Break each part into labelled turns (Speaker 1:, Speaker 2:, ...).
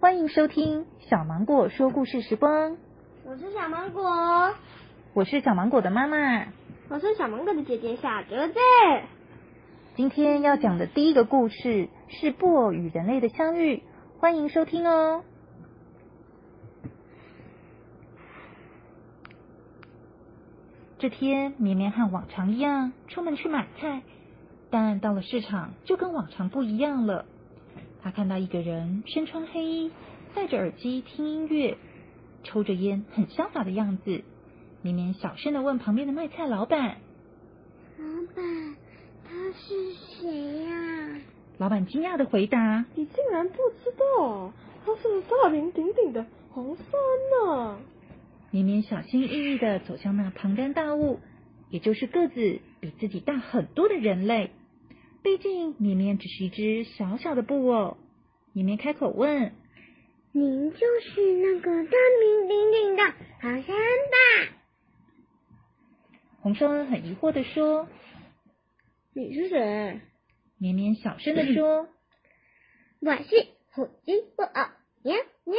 Speaker 1: 欢迎收听小芒果说故事时光，
Speaker 2: 我是小芒果，
Speaker 1: 我是小芒果的妈妈。
Speaker 2: 我是小芒果的姐姐小竹子。
Speaker 1: 今天要讲的第一个故事是布偶与人类的相遇，欢迎收听哦。这天，绵绵和往常一样出门去买菜，但到了市场就跟往常不一样了。他看到一个人身穿黑衣，戴着耳机听音乐，抽着烟，很潇洒的样子。绵绵小声的问旁边的卖菜老板
Speaker 2: 老板，他是谁呀、：“
Speaker 1: 老板惊讶的回答，
Speaker 3: 你竟然不知道，他是大名鼎鼎的红山呢、
Speaker 1: 绵绵小心翼翼的走向那庞然大物，也就是个子比自己大很多的人类。毕竟绵绵只是一只小小的布偶。绵绵开口问
Speaker 2: 您就是那个大名鼎鼎的好山吧？
Speaker 1: 红烧恩很疑惑的说
Speaker 2: 你是谁？：“
Speaker 1: 绵绵小声的说。”
Speaker 2: 我是虎鲸布偶，呀呀，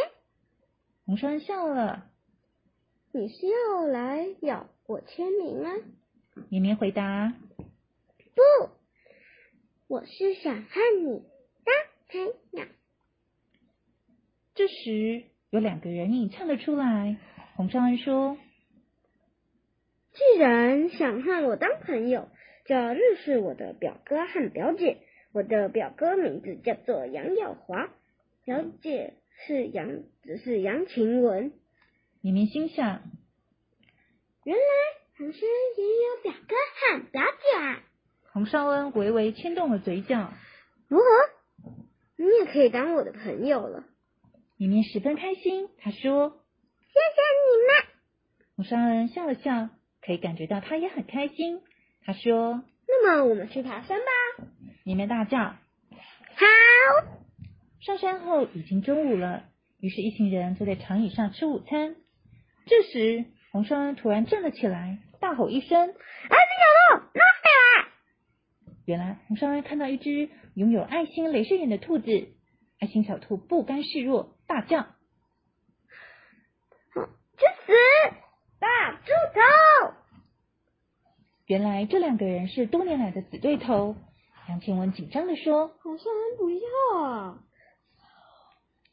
Speaker 1: 红烧恩笑了。
Speaker 2: 你是要来要我签名吗？
Speaker 1: 绵绵回答
Speaker 2: 不，我是想和你当朋友。
Speaker 1: 这时，有两个人影窜了出来。洪尚恩说
Speaker 2: 既然想和我当朋友，就要认识我的表哥和表姐。我的表哥名字叫做杨耀华，表姐是杨，只是杨晴雯。：“
Speaker 1: 绵绵心想，
Speaker 2: 原来好像也有表哥和表姐。
Speaker 1: 洪尚恩微微牵动了嘴角。
Speaker 2: 如何？你也可以当我的朋友了，
Speaker 1: 绵绵十分开心，他说
Speaker 2: 谢谢你们。：‘
Speaker 1: 洪尚恩笑了笑，可以感觉到他也很开心。’他说
Speaker 2: 那么我们去爬山吧。：‘
Speaker 1: 绵绵大叫，
Speaker 2: 好，
Speaker 1: 上山后已经中午了，于是，一行人坐在长椅上吃午餐。这时，洪尚恩突然站了起来，大吼一声。
Speaker 2: 哎，那小鹿，那
Speaker 1: 原来，洪尚恩看到一只拥有爱心镭射眼的兔子。爱心小兔不甘示弱，大叫。
Speaker 2: 去死！大猪头。
Speaker 1: 原来这两个人是多年来的死对头。杨晴雯紧张的说
Speaker 3: 红山恩不要啊！：“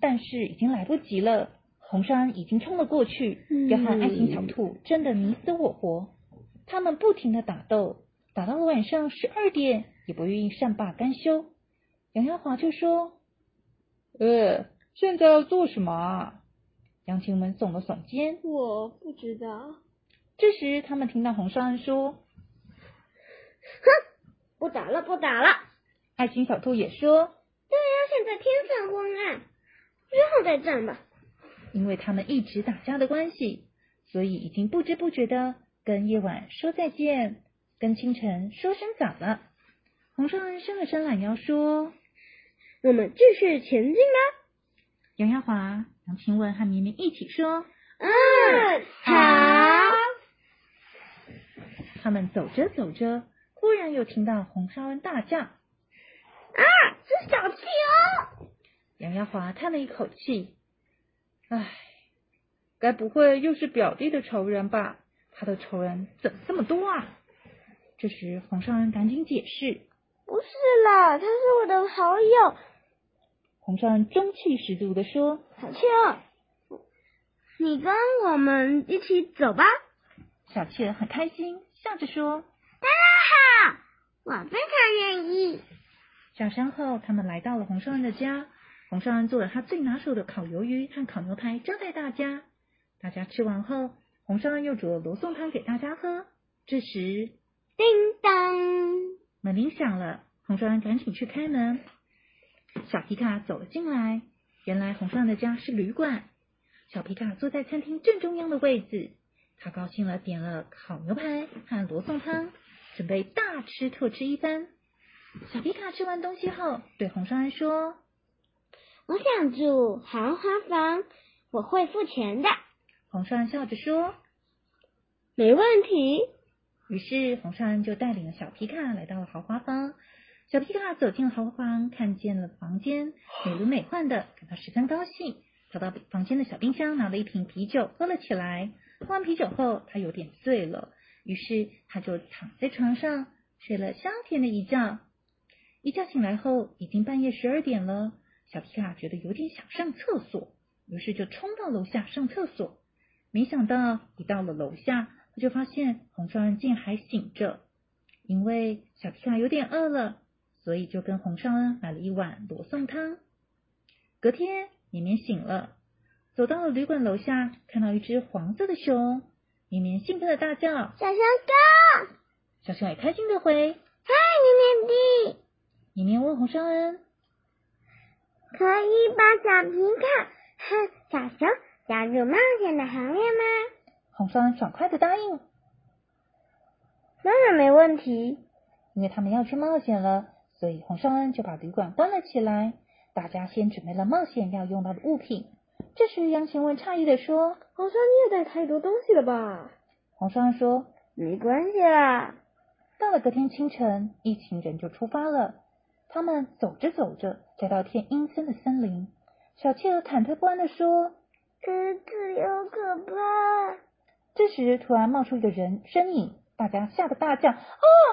Speaker 1: 但是已经来不及了。”洪尚恩已经冲了过去，
Speaker 2: 嗯
Speaker 1: 要和爱心小兔争得你死我活。他们不停的打斗，打到了晚上十二点，也不愿意善罢甘休。杨耀华就说：“呃，现在要做什么啊？”杨晴雯耸了耸肩。
Speaker 3: 我不知道，
Speaker 1: 这时，他们听到洪尚恩说，
Speaker 2: 哼，不打了，不打了。
Speaker 1: 爱心小兔也说，
Speaker 2: 对呀、现在天色昏暗，日后再战吧。
Speaker 1: 因为他们一直打架的关系，所以已经不知不觉的跟夜晚说再见，跟清晨说声早了。洪尚恩伸了伸懒腰说
Speaker 2: 我们继续前进吧。：“
Speaker 1: 杨耀华、杨晴雯和绵绵一起说。
Speaker 2: 嗯，好。
Speaker 1: 他们走着走着，忽然又听到洪尚恩大叫。
Speaker 2: 啊，是小啊企鹅。
Speaker 1: 杨耀华叹了一口气：“唉，该不会又是表弟的仇人吧？他的仇人怎么这么多啊？”这时，洪尚恩赶紧解释。
Speaker 2: 不是啦，他是我的好友，
Speaker 1: 洪尚恩中气十足的说
Speaker 2: 小企鹅。你跟我们一起走吧。：“
Speaker 1: 小企鹅很开心，笑着说。
Speaker 2: 哈，我非常愿意。”
Speaker 1: 下山后，他们来到了洪尚恩的家。洪尚恩做了他最拿手的烤鱿鱼和烤牛排，招待大家。大家吃完后，洪尚恩又煮了罗宋汤给大家喝。这时，
Speaker 2: 叮当，
Speaker 1: 门铃响了，洪尚恩赶紧去开门。小皮卡走了进来，原来洪尚恩的家是旅馆。小皮卡坐在餐厅正中央的位置，他高兴了，点了烤牛排和罗宋汤，准备大吃特吃一番。小皮卡吃完东西后，对洪尚恩说
Speaker 2: 我想住豪华房，我会付钱的。：“
Speaker 1: 洪尚恩笑着说。
Speaker 2: 没问题，”
Speaker 1: 于是洪尚恩就带领了小皮卡来到了豪华房。小皮卡走进了厨房，看见了房间美轮美奂的，感到十分高兴。跑到房间的小冰箱，拿了一瓶啤酒喝了起来。喝完啤酒后，他有点醉了，于是他就躺在床上睡了香甜的一觉。一觉醒来后，已经半夜十二点了。小皮卡觉得有点想上厕所，于是就冲到楼下上厕所。没想到一到了楼下，他就发现红烧恩竟还醒着。因为小皮卡有点饿了，所以就跟红烧恩买了一碗罗宋汤。隔天，绵绵醒了，走到了旅馆楼下，看到一只黄色的熊。绵绵兴奋的大叫，
Speaker 2: 小熊哥，
Speaker 1: 小熊也开心的回。
Speaker 2: 嗨，绵绵弟，
Speaker 1: 绵绵问红烧恩，
Speaker 2: 可以把小皮卡和小熊加入冒险的行列吗？
Speaker 1: 红烧恩爽快的答应，
Speaker 2: 当然没问题。
Speaker 1: 因为他们要去冒险了，所以红烧恩就把旅馆关了起来。大家先准备了冒险要用到的物品。这时，杨晴问诧异的说
Speaker 3: 好像你也带太多东西了吧？：“
Speaker 1: 红烧恩说，
Speaker 2: 没关系啦，
Speaker 1: 到了隔天清晨，一行人就出发了。他们走着走着，来到片阴森的森林。小企鹅忐忑不安的说
Speaker 2: 可是又可怕。：“
Speaker 1: 这时突然冒出一个人身影，大家吓得大叫：‘啊、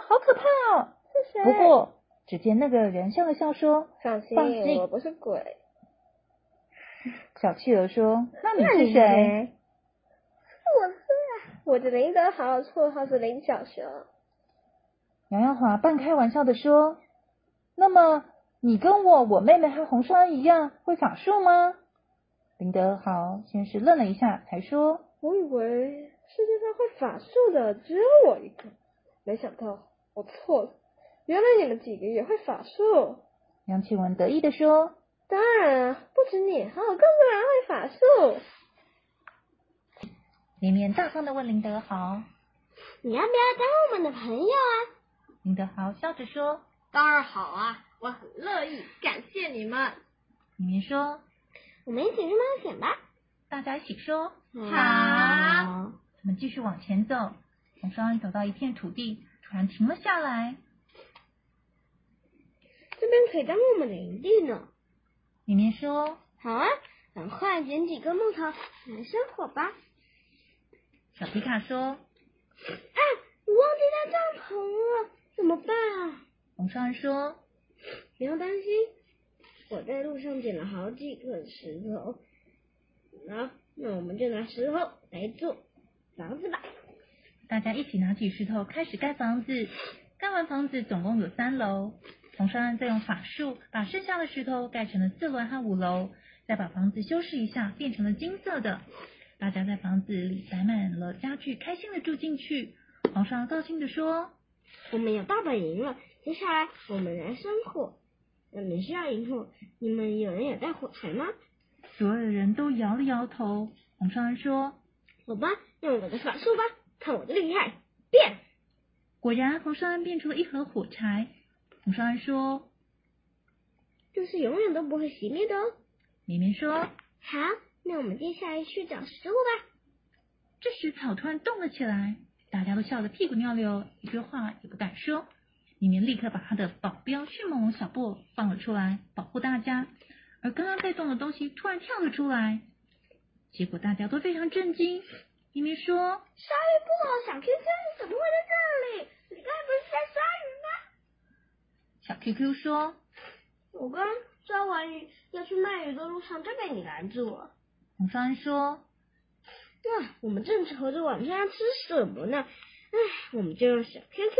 Speaker 1: 好可怕哦！’不过，只见那个人笑了笑说
Speaker 3: 放心
Speaker 1: 放心
Speaker 3: 我不是鬼。：‘
Speaker 1: 小企鹅说，那你
Speaker 2: 那
Speaker 1: 是谁？？
Speaker 2: 我是
Speaker 3: 我的林德豪绰号是林小熊。
Speaker 1: 杨耀华半开玩笑的说：‘那么你跟我、我妹妹和红双儿一样会法术吗？’林德豪先是愣了一下，才说。”
Speaker 3: 我以为世界上会法术的只有我一个，没想到我错了，原来你们几个也会法术。
Speaker 1: 杨启文得意地说
Speaker 3: 当然，不止你，还有更多人会法术。：“
Speaker 1: 绵绵大方地问林德豪。
Speaker 2: 你要不要当我们的朋友啊？”
Speaker 1: 林德豪笑着说
Speaker 4: 当然好啊，我很乐意，感谢你们。：“
Speaker 1: 绵绵说，
Speaker 2: 我们一起去冒险吧。
Speaker 1: 大家一起说。”
Speaker 4: 好，
Speaker 2: 啊
Speaker 1: 他们继续往前走，红双儿走到一片土地，突然停了下来。
Speaker 2: 这边可以当我们的营地呢。
Speaker 1: 绵绵说
Speaker 2: 好啊，赶快捡几根木头来生火吧。啊，：“
Speaker 1: 小皮卡说。
Speaker 2: 哎我忘记带帐篷了，怎么办啊？”
Speaker 1: 红双儿说
Speaker 2: 不用担心，我在路上捡了好几个石头。好，那我们就拿石头来做房子吧。：“
Speaker 1: 大家一起拿起石头，开始盖房子。盖完房子，总共有三楼。红双儿再用法术把剩下的石头盖成了四楼和五楼，再把房子修饰一下，变成了金色的。大家在房子里摆满了家具，开心的住进去。皇上高兴的说
Speaker 2: 我们有大本营了，接下来我们来生火。我们需要引火，你们有人有带火柴吗？：“
Speaker 1: 所有人都摇了摇头。”红双儿说
Speaker 2: 好吧，用我的法术吧，看我的厉害！变，：“
Speaker 1: 果然，红双儿变出了一盒火柴。”红双儿说
Speaker 2: 这是永远都不会熄灭的哦。：“
Speaker 1: 绵绵说，
Speaker 2: 好，那我们接下来去找食物吧。
Speaker 1: 这时草突然动了起来，大家都笑得屁滚尿流，一句话也不敢说。绵绵立刻把他的保镖迅猛龙小布放了出来，保护大家。而刚刚在动的东西突然跳了出来，结果大家都非常震惊。绵绵说
Speaker 2: 鲨鱼布偶小 Q Q 怎么会在这里？你该不是在鲨鱼吗？：“
Speaker 1: 小 QQ 说，
Speaker 2: 我刚抓完鱼要去卖鱼的路上就被你拦住了。
Speaker 1: 红双恩说，
Speaker 2: 对，啊我们正愁着晚上要吃什么呢，唉，我们就用小 Q Q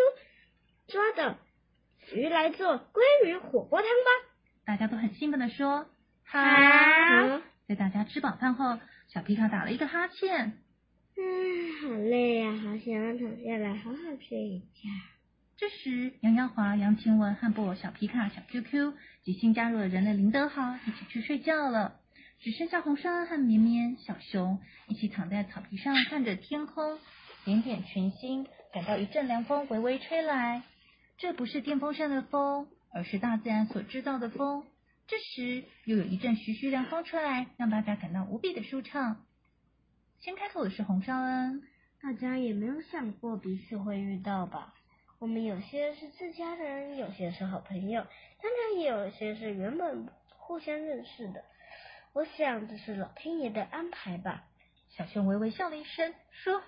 Speaker 2: 抓的鱼来做鲑鱼火锅汤吧。
Speaker 1: 大家都很兴奋的说，好。
Speaker 2: 啊，
Speaker 1: 在大家吃饱饭后，小皮卡打了一个哈欠，
Speaker 2: 嗯，好累呀、好想要躺下来好好睡一觉。
Speaker 1: 这时，杨耀华、杨晴雯、汉布尔、小皮卡、小 QQ 及新加入的人类林德豪一起去睡觉了，只剩下红山和绵绵、小熊一起躺在草皮上，看着天空，点点群星，感到一阵凉风微微吹来。这不是电风扇的风，而是大自然所制造的风。这时，又有一阵徐徐凉风吹来，让大家感到无比的舒畅。先开口的是红烧恩，
Speaker 2: 大家也没有想过彼此会遇到吧？我们有些是自家人，有些是好朋友，当然也有些是原本互相认识的。我想这是老天爷的安排吧。
Speaker 1: 小熊微微笑了一声，说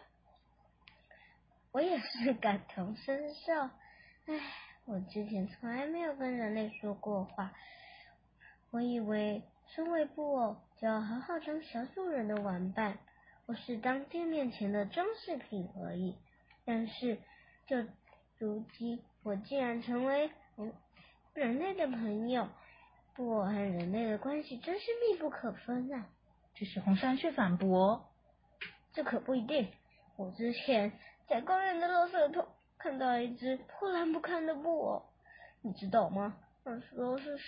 Speaker 2: 我也是 感同身受。唉，我之前从来没有跟人类说过话，我以为身为布偶就要好好当小主人的玩伴，我是当见面前的装饰品而已。但是，就如今我竟然成为人人类的朋友，布偶和人类的关系真是密不可分啊！：“
Speaker 1: 这时红山却反驳。”
Speaker 2: 这可不一定。我之前在公园的垃圾桶看到一只破烂不堪的布偶，你知道吗？那时候是十，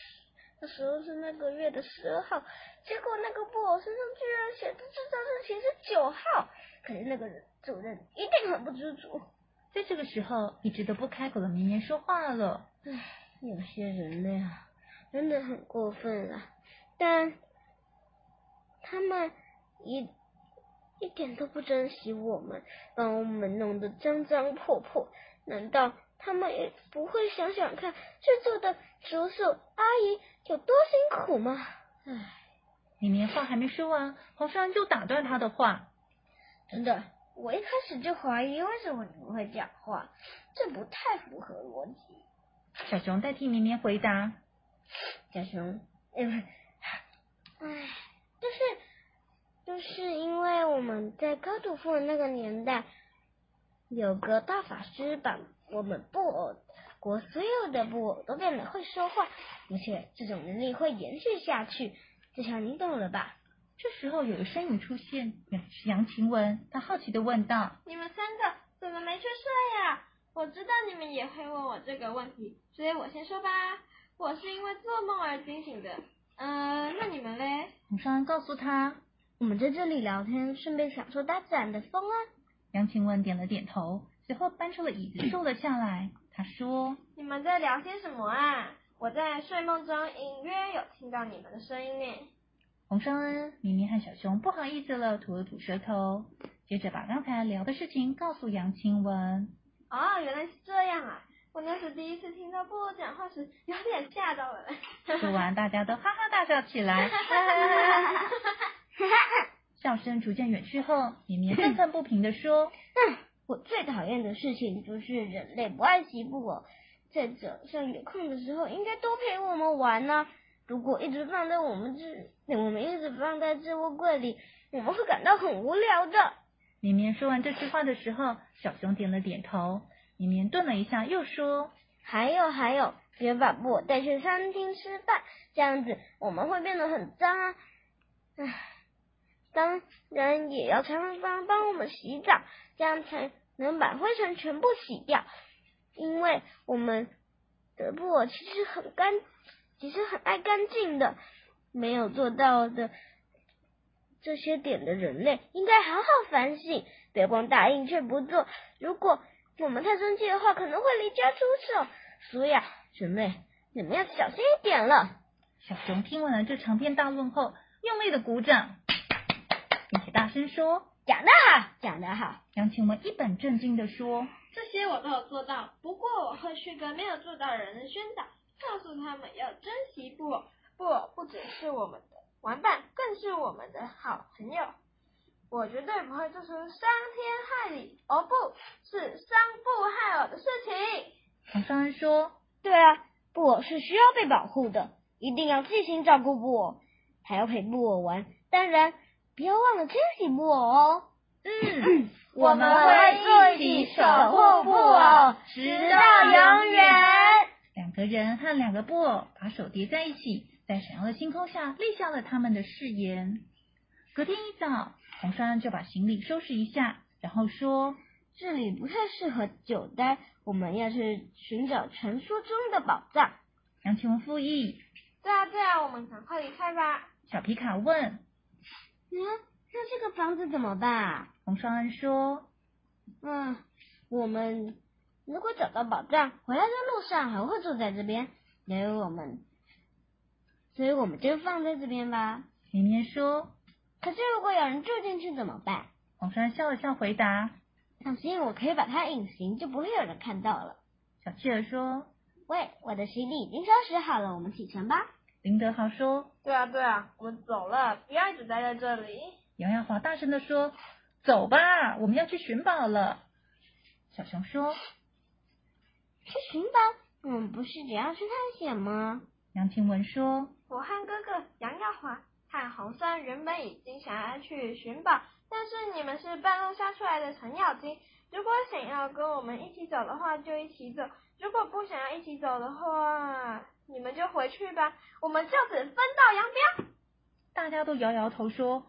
Speaker 2: 那时候是那个月的十二号，结果那个布偶身上居然写着制造日期是九号，可是那个人主任一定很不知足。
Speaker 1: 在这个时候，一直都不开口的绵绵说话了。
Speaker 2: 有些人类啊，真的很过分啊！但他们一一点都不珍惜我们，把我们弄得脏脏破破。难道他们也不会想想看，制作的叔叔阿姨有多辛苦吗？唉，
Speaker 1: 绵绵话还没说完，红山就打断他的话。
Speaker 2: 真的，我一开始就怀疑为什么你们会讲话，这不太符合逻辑。
Speaker 1: 小熊代替绵绵回答。
Speaker 2: 小熊，哎，不是，唉，就是就是因为我们在高祖父的那个年代，有个大法师把我们布偶国所有的布偶都变得会说话，而且这种能力会延续下去。这下你懂了吧？
Speaker 1: 这时候有个身影出现，是杨晴雯。她好奇的问道
Speaker 4: 你们三个怎么没去睡呀、我知道你们也会问我这个问题，所以我先说吧。我是因为做梦而惊醒的。嗯、那你们嘞？：“
Speaker 1: 红山告诉她。
Speaker 2: 我们在这里聊天，顺便享受大自然的风啊。”
Speaker 1: 杨晴雯点了点头，随后搬出了椅子坐了下来。她说
Speaker 4: 你们在聊些什么啊？我在睡梦中隐约有听到你们的声音呢。：“
Speaker 1: 红山，绵绵和小熊不好意思了，吐了吐舌头，接着把刚才聊的事情告诉杨晴雯。”
Speaker 4: 哦，原来是这样啊！我那时第一次听到布偶讲话时，有点吓到了。
Speaker 1: 说完，大家都哈哈大笑起来。笑声逐渐远去后，绵绵愤愤不平的说
Speaker 2: 我最讨厌的事情就是人类不爱惜布偶。再者，像有空的时候，应该多陪我们玩呢、如果一直放在我们置，我们一直放在置物柜里，我们会感到很无聊的。：“
Speaker 1: 绵绵说完这句话的时候，小熊点了点头。绵绵顿了一下，又说
Speaker 2: 还有还有，别把布偶带去餐厅吃饭，这样子我们会变得很脏啊。唉，当然也要常常帮我们洗澡，这样才能把灰尘全部洗掉。因为我们的布偶其实很干，其实很爱干净的。没有做到的这些点的人类，应该好好反省，别光答应却不做。如果我们太生气的话，可能会离家出走。所以啊，人类，你们要小心一点了。：“
Speaker 1: 小熊听完了这长篇大论后，用力的鼓掌，并且大声说
Speaker 2: 讲得好，讲得好。：‘
Speaker 1: 杨晴雯一本正经的说，
Speaker 4: 这些我都有做到，不过我会去跟没有做到的人宣导，告诉他们要珍惜布偶，布偶不只是我们的玩伴，更是我们的好朋友。我绝对不会做出伤天害理，哦不是伤不害我的事情。
Speaker 1: 红山说
Speaker 2: 对啊，布偶是需要被保护的，一定要细心照顾布偶，还要陪布偶玩。当然，不要忘了清洗布偶哦。：‘
Speaker 1: 嗯，
Speaker 2: 我们会一起守护布偶
Speaker 1: 直
Speaker 2: 到永远。
Speaker 1: 两个人和两个布偶把手叠在一起，在闪耀的星空下立下了他们的誓言。隔天一早，红山就把行李收拾一下，然后说
Speaker 2: 这里不太适合久待，我们要去寻找传说中的宝藏。：“
Speaker 1: 杨晴雯复议。
Speaker 4: 对啊对啊，我们赶快离开吧。’
Speaker 1: 小皮卡问
Speaker 2: 嗯，那这个房子怎么办啊？
Speaker 1: 红双恩说
Speaker 2: 嗯，我们如果找到宝藏，回来的路上还会住在这边，所以我们，所以我们就放在这边吧。：‘
Speaker 1: 绵绵说。
Speaker 2: 可是如果有人住进去怎么办？’
Speaker 1: 红双恩笑了笑回答。
Speaker 2: 放心，我可以把它隐形，就不会有人看到了。
Speaker 1: 小企鹅说。
Speaker 2: 喂，我的行李已经收拾好了，我们启程吧。
Speaker 1: 林德豪说。
Speaker 4: 对啊，对啊，我们走了，不要一直待在这里。
Speaker 1: 杨耀华大声的说：“走吧，我们要去寻宝了。”小熊说
Speaker 2: 去寻宝？我们不是只要去探险吗？：“
Speaker 1: 杨晴雯说，
Speaker 4: 我和哥哥杨耀华和红山原本已经想要去寻宝，但是你们是半路杀出来的程咬金。如果想要跟我们一起走的话，就一起走；如果不想要一起走的话，你们就回去吧。我们就此分道扬镳。
Speaker 1: 大家都摇摇头说：‘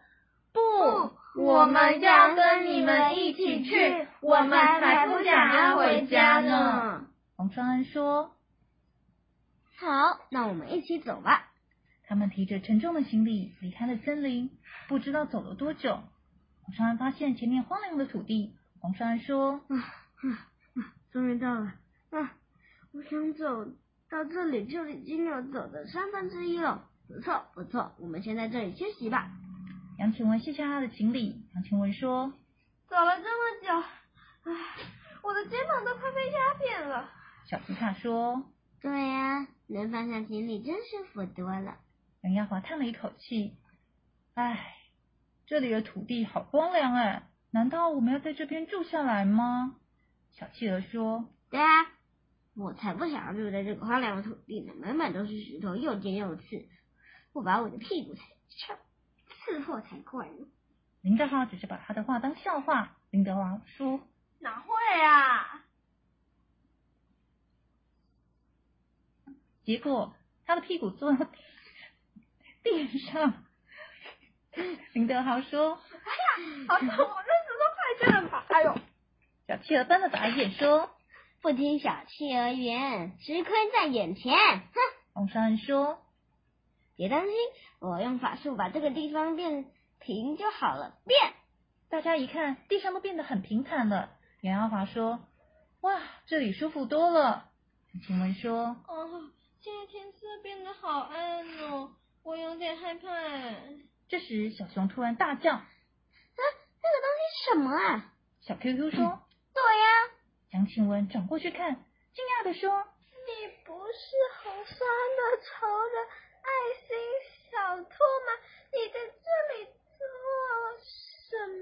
Speaker 1: 不，
Speaker 4: 哦我们要跟你们一起去我们才不想要回家呢。
Speaker 1: 洪川恩说
Speaker 2: 好，那我们一起走吧。：“
Speaker 1: 他们提着沉重的行李离开了森林，不知道走了多久。”洪川恩发现前面荒凉的土地。洪川恩说
Speaker 2: 终于到了，啊，我想走到这里就已经有走的三分之一了。不错，不错，我们先在这里休息吧。：“
Speaker 1: 杨晴雯卸下她的行李。”杨晴雯说
Speaker 4: 走了这么久，唉，我的肩膀都快被压扁了。：“
Speaker 1: 小皮卡说。”
Speaker 2: 对呀、能放下行李真舒服多了。
Speaker 1: 杨亚华叹了一口气：“唉，这里的土地好荒凉哎，难道我们要在这边住下来吗？”小企鹅说
Speaker 2: 对啊，我才不想要住在这个荒凉的土地呢，满满都是石头，又尖又刺，我把我的屁股踩上，刺破才怪呢。：“
Speaker 1: 林德华只是把他的话当笑话。”林德华说
Speaker 4: 哪会啊？：“
Speaker 1: 结果他的屁股坐到地上。”林德豪说
Speaker 4: 哎好痛，我认识都快倦了吧？哎呦，：“
Speaker 1: 小企鹅翻了白眼说。
Speaker 2: 不听小气而言，吃亏在眼前。哼，”
Speaker 1: 红山恩说
Speaker 2: 别担心，我用法术把这个地方变平就好了。变，：“
Speaker 1: 大家一看，地上都变得很平坦了。”杨亚华说：“哇，这里舒服多了。”晴雯说
Speaker 4: 哦，现在天色变得好暗哦，我有点害怕。：“
Speaker 1: 这时，小熊突然大叫。”
Speaker 2: 那个东西是什么啊？
Speaker 1: 小 QQ 说
Speaker 2: 对呀、：“
Speaker 1: 杨晴雯转过去看，惊讶的说
Speaker 4: 你不是红山的仇人爱心小兔吗？你在这里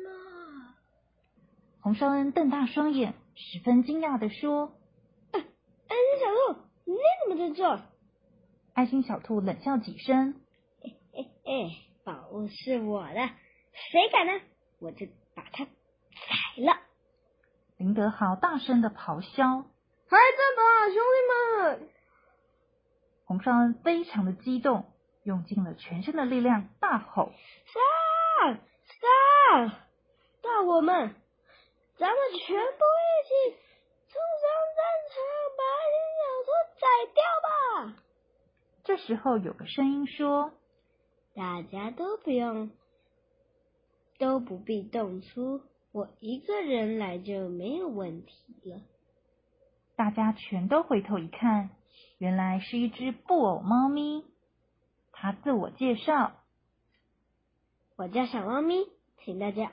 Speaker 4: 做什么？：‘
Speaker 1: 洪绍恩瞪大双眼，十分惊讶的说
Speaker 2: 哎，小鹿，你怎么在这儿？：‘
Speaker 1: 爱心小兔冷笑几声，
Speaker 2: 哎哎，宝物是我的，谁敢呢？我就把它宰了！
Speaker 1: 林德豪大声的咆哮。
Speaker 3: 还在吧，兄弟们！
Speaker 1: 洪绍恩非常的激动，用尽了全身的力量大吼。
Speaker 2: 杀杀！大我们，咱们全部一起冲上战场，把小兔宰掉吧！
Speaker 1: 这时候有个声音说
Speaker 2: 大家都不用，都不必动粗，我一个人来就没有问题了。：‘
Speaker 1: 大家全都回头一看，原来是一只布偶猫咪。’它自我介绍，
Speaker 2: 我叫小猫咪，请大家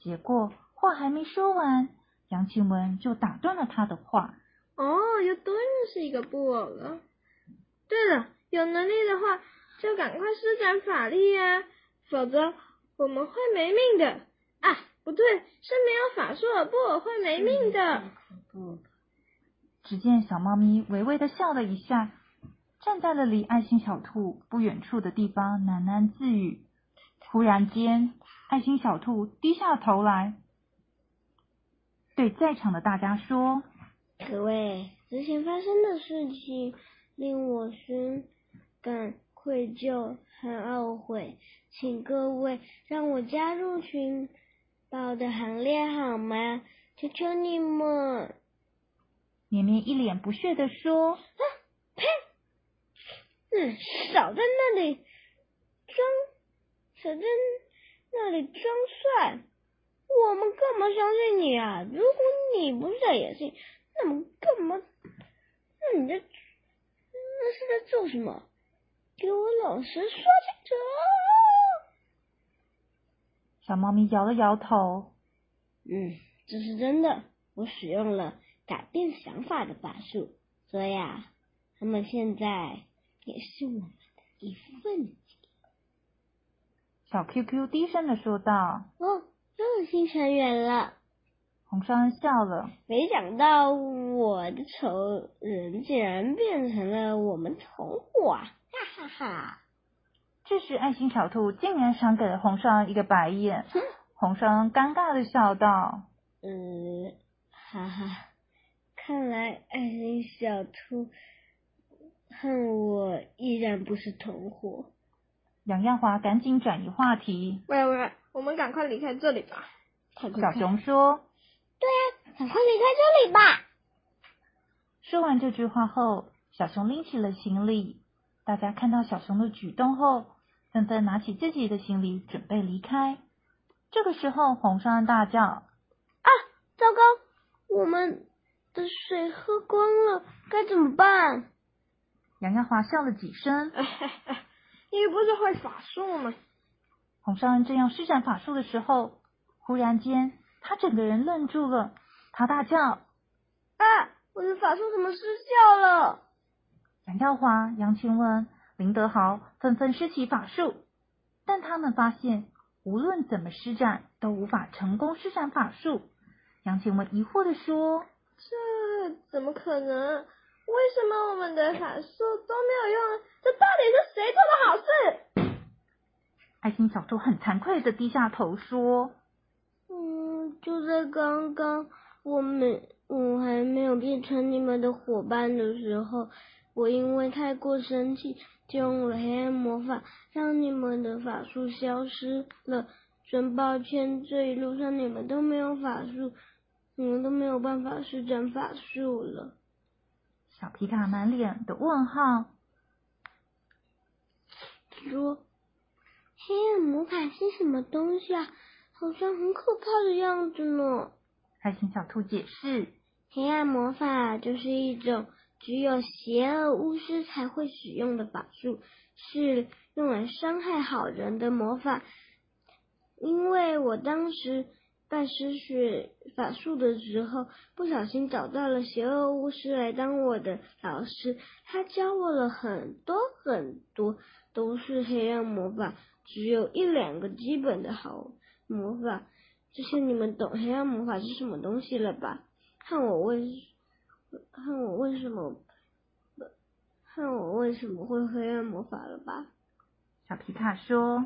Speaker 1: 结果话还没说完，杨晴雯就打断了他的话。
Speaker 3: 哦，又多认识一个布偶了。对了，有能力的话就赶快施展法力呀、否则我们会没命的。啊，不对，是没有法术的布偶会没命的。
Speaker 2: 嗯不
Speaker 1: 只见小猫咪微微的笑了一下，站在了离爱心小兔不远处的地方，喃喃自语。忽然间，爱心小兔低下头来，对在场的大家说
Speaker 2: 各位，之前发生的事情令我深感愧疚和懊悔，请各位让我加入寻宝的行列好吗？求求你们！：“
Speaker 1: 绵绵一脸不屑的说，
Speaker 2: 呸！嗯，少在那里装，少在那里装帅。我们干嘛相信你啊？如果你不是在演戏，那我们干嘛？那你在那是在做什么？给我老实说清楚！
Speaker 1: 小猫咪摇了摇头。
Speaker 2: 嗯，这是真的。我使用了改变想法的法术，所以啊，他们现在也是我们的一份子。
Speaker 1: 小 QQ 低声的说道。
Speaker 2: 哦，又有新成员了。
Speaker 1: 红烧恩笑了。
Speaker 2: 没想到我的仇人竟然变成了我们同伙，啊哈哈哈！
Speaker 1: 这时，爱心小兔竟然赏给了红烧恩一个白眼
Speaker 2: 哼。
Speaker 1: 红烧恩尴尬的笑道
Speaker 2: 嗯，哈哈，看来爱心小兔和我依然不是同伙。：“
Speaker 1: 杨耀华，赶紧转移话题。
Speaker 3: 喂喂，我们赶快离开这里吧。
Speaker 2: 快”快
Speaker 1: 小
Speaker 2: 快，
Speaker 1: 熊说。
Speaker 2: 赶快离开这里吧！
Speaker 1: 说完这句话后，小熊拎起了行李。大家看到小熊的举动后，纷纷拿起自己的行李准备离开。这个时候，红双恩大叫
Speaker 2: 糟糕，我们的水喝光了，该怎么办？：“
Speaker 1: 杨耀华笑了几声。
Speaker 3: 你不是会法术吗？”
Speaker 1: 红双恩正要施展法术的时候，忽然间，他整个人愣住了。他大叫
Speaker 2: 啊，我的法术怎么失效了？：“
Speaker 1: 杨耀华、杨晴雯、林德豪纷纷施起法术，但他们发现无论怎么施展，都无法成功施展法术。”杨晴雯疑惑的说。
Speaker 3: 这怎么可能？为什么我们的法术都没有用？这到底是谁做的好事？
Speaker 1: 爱心小猪很惭愧的低下头说
Speaker 2: 嗯，就在刚刚，我没，我还没有变成你们的伙伴的时候，我因为太过生气，就用了黑暗魔法让你们的法术消失了。真抱歉，这一路上你们都没有法术，你们都没有办法施展法术了。：“
Speaker 1: 小皮卡满脸的问号。
Speaker 2: 说，黑暗魔法是什么东西啊？好像很可怕的样子呢。”
Speaker 1: 爱心小兔解释
Speaker 2: 黑暗魔法就是一种只有邪恶巫师才会使用的法术，是用来伤害好人的魔法。因为我当时拜师学法术的时候，不小心找到了邪恶巫师来当我的老师，他教我了很多很多，都是黑暗魔法，只有一两个基本的好魔法。这下你们懂黑暗魔法是什么东西了吧？看我为，看我为什么，看我为什么会黑暗魔法了吧？：“
Speaker 1: 小皮卡说，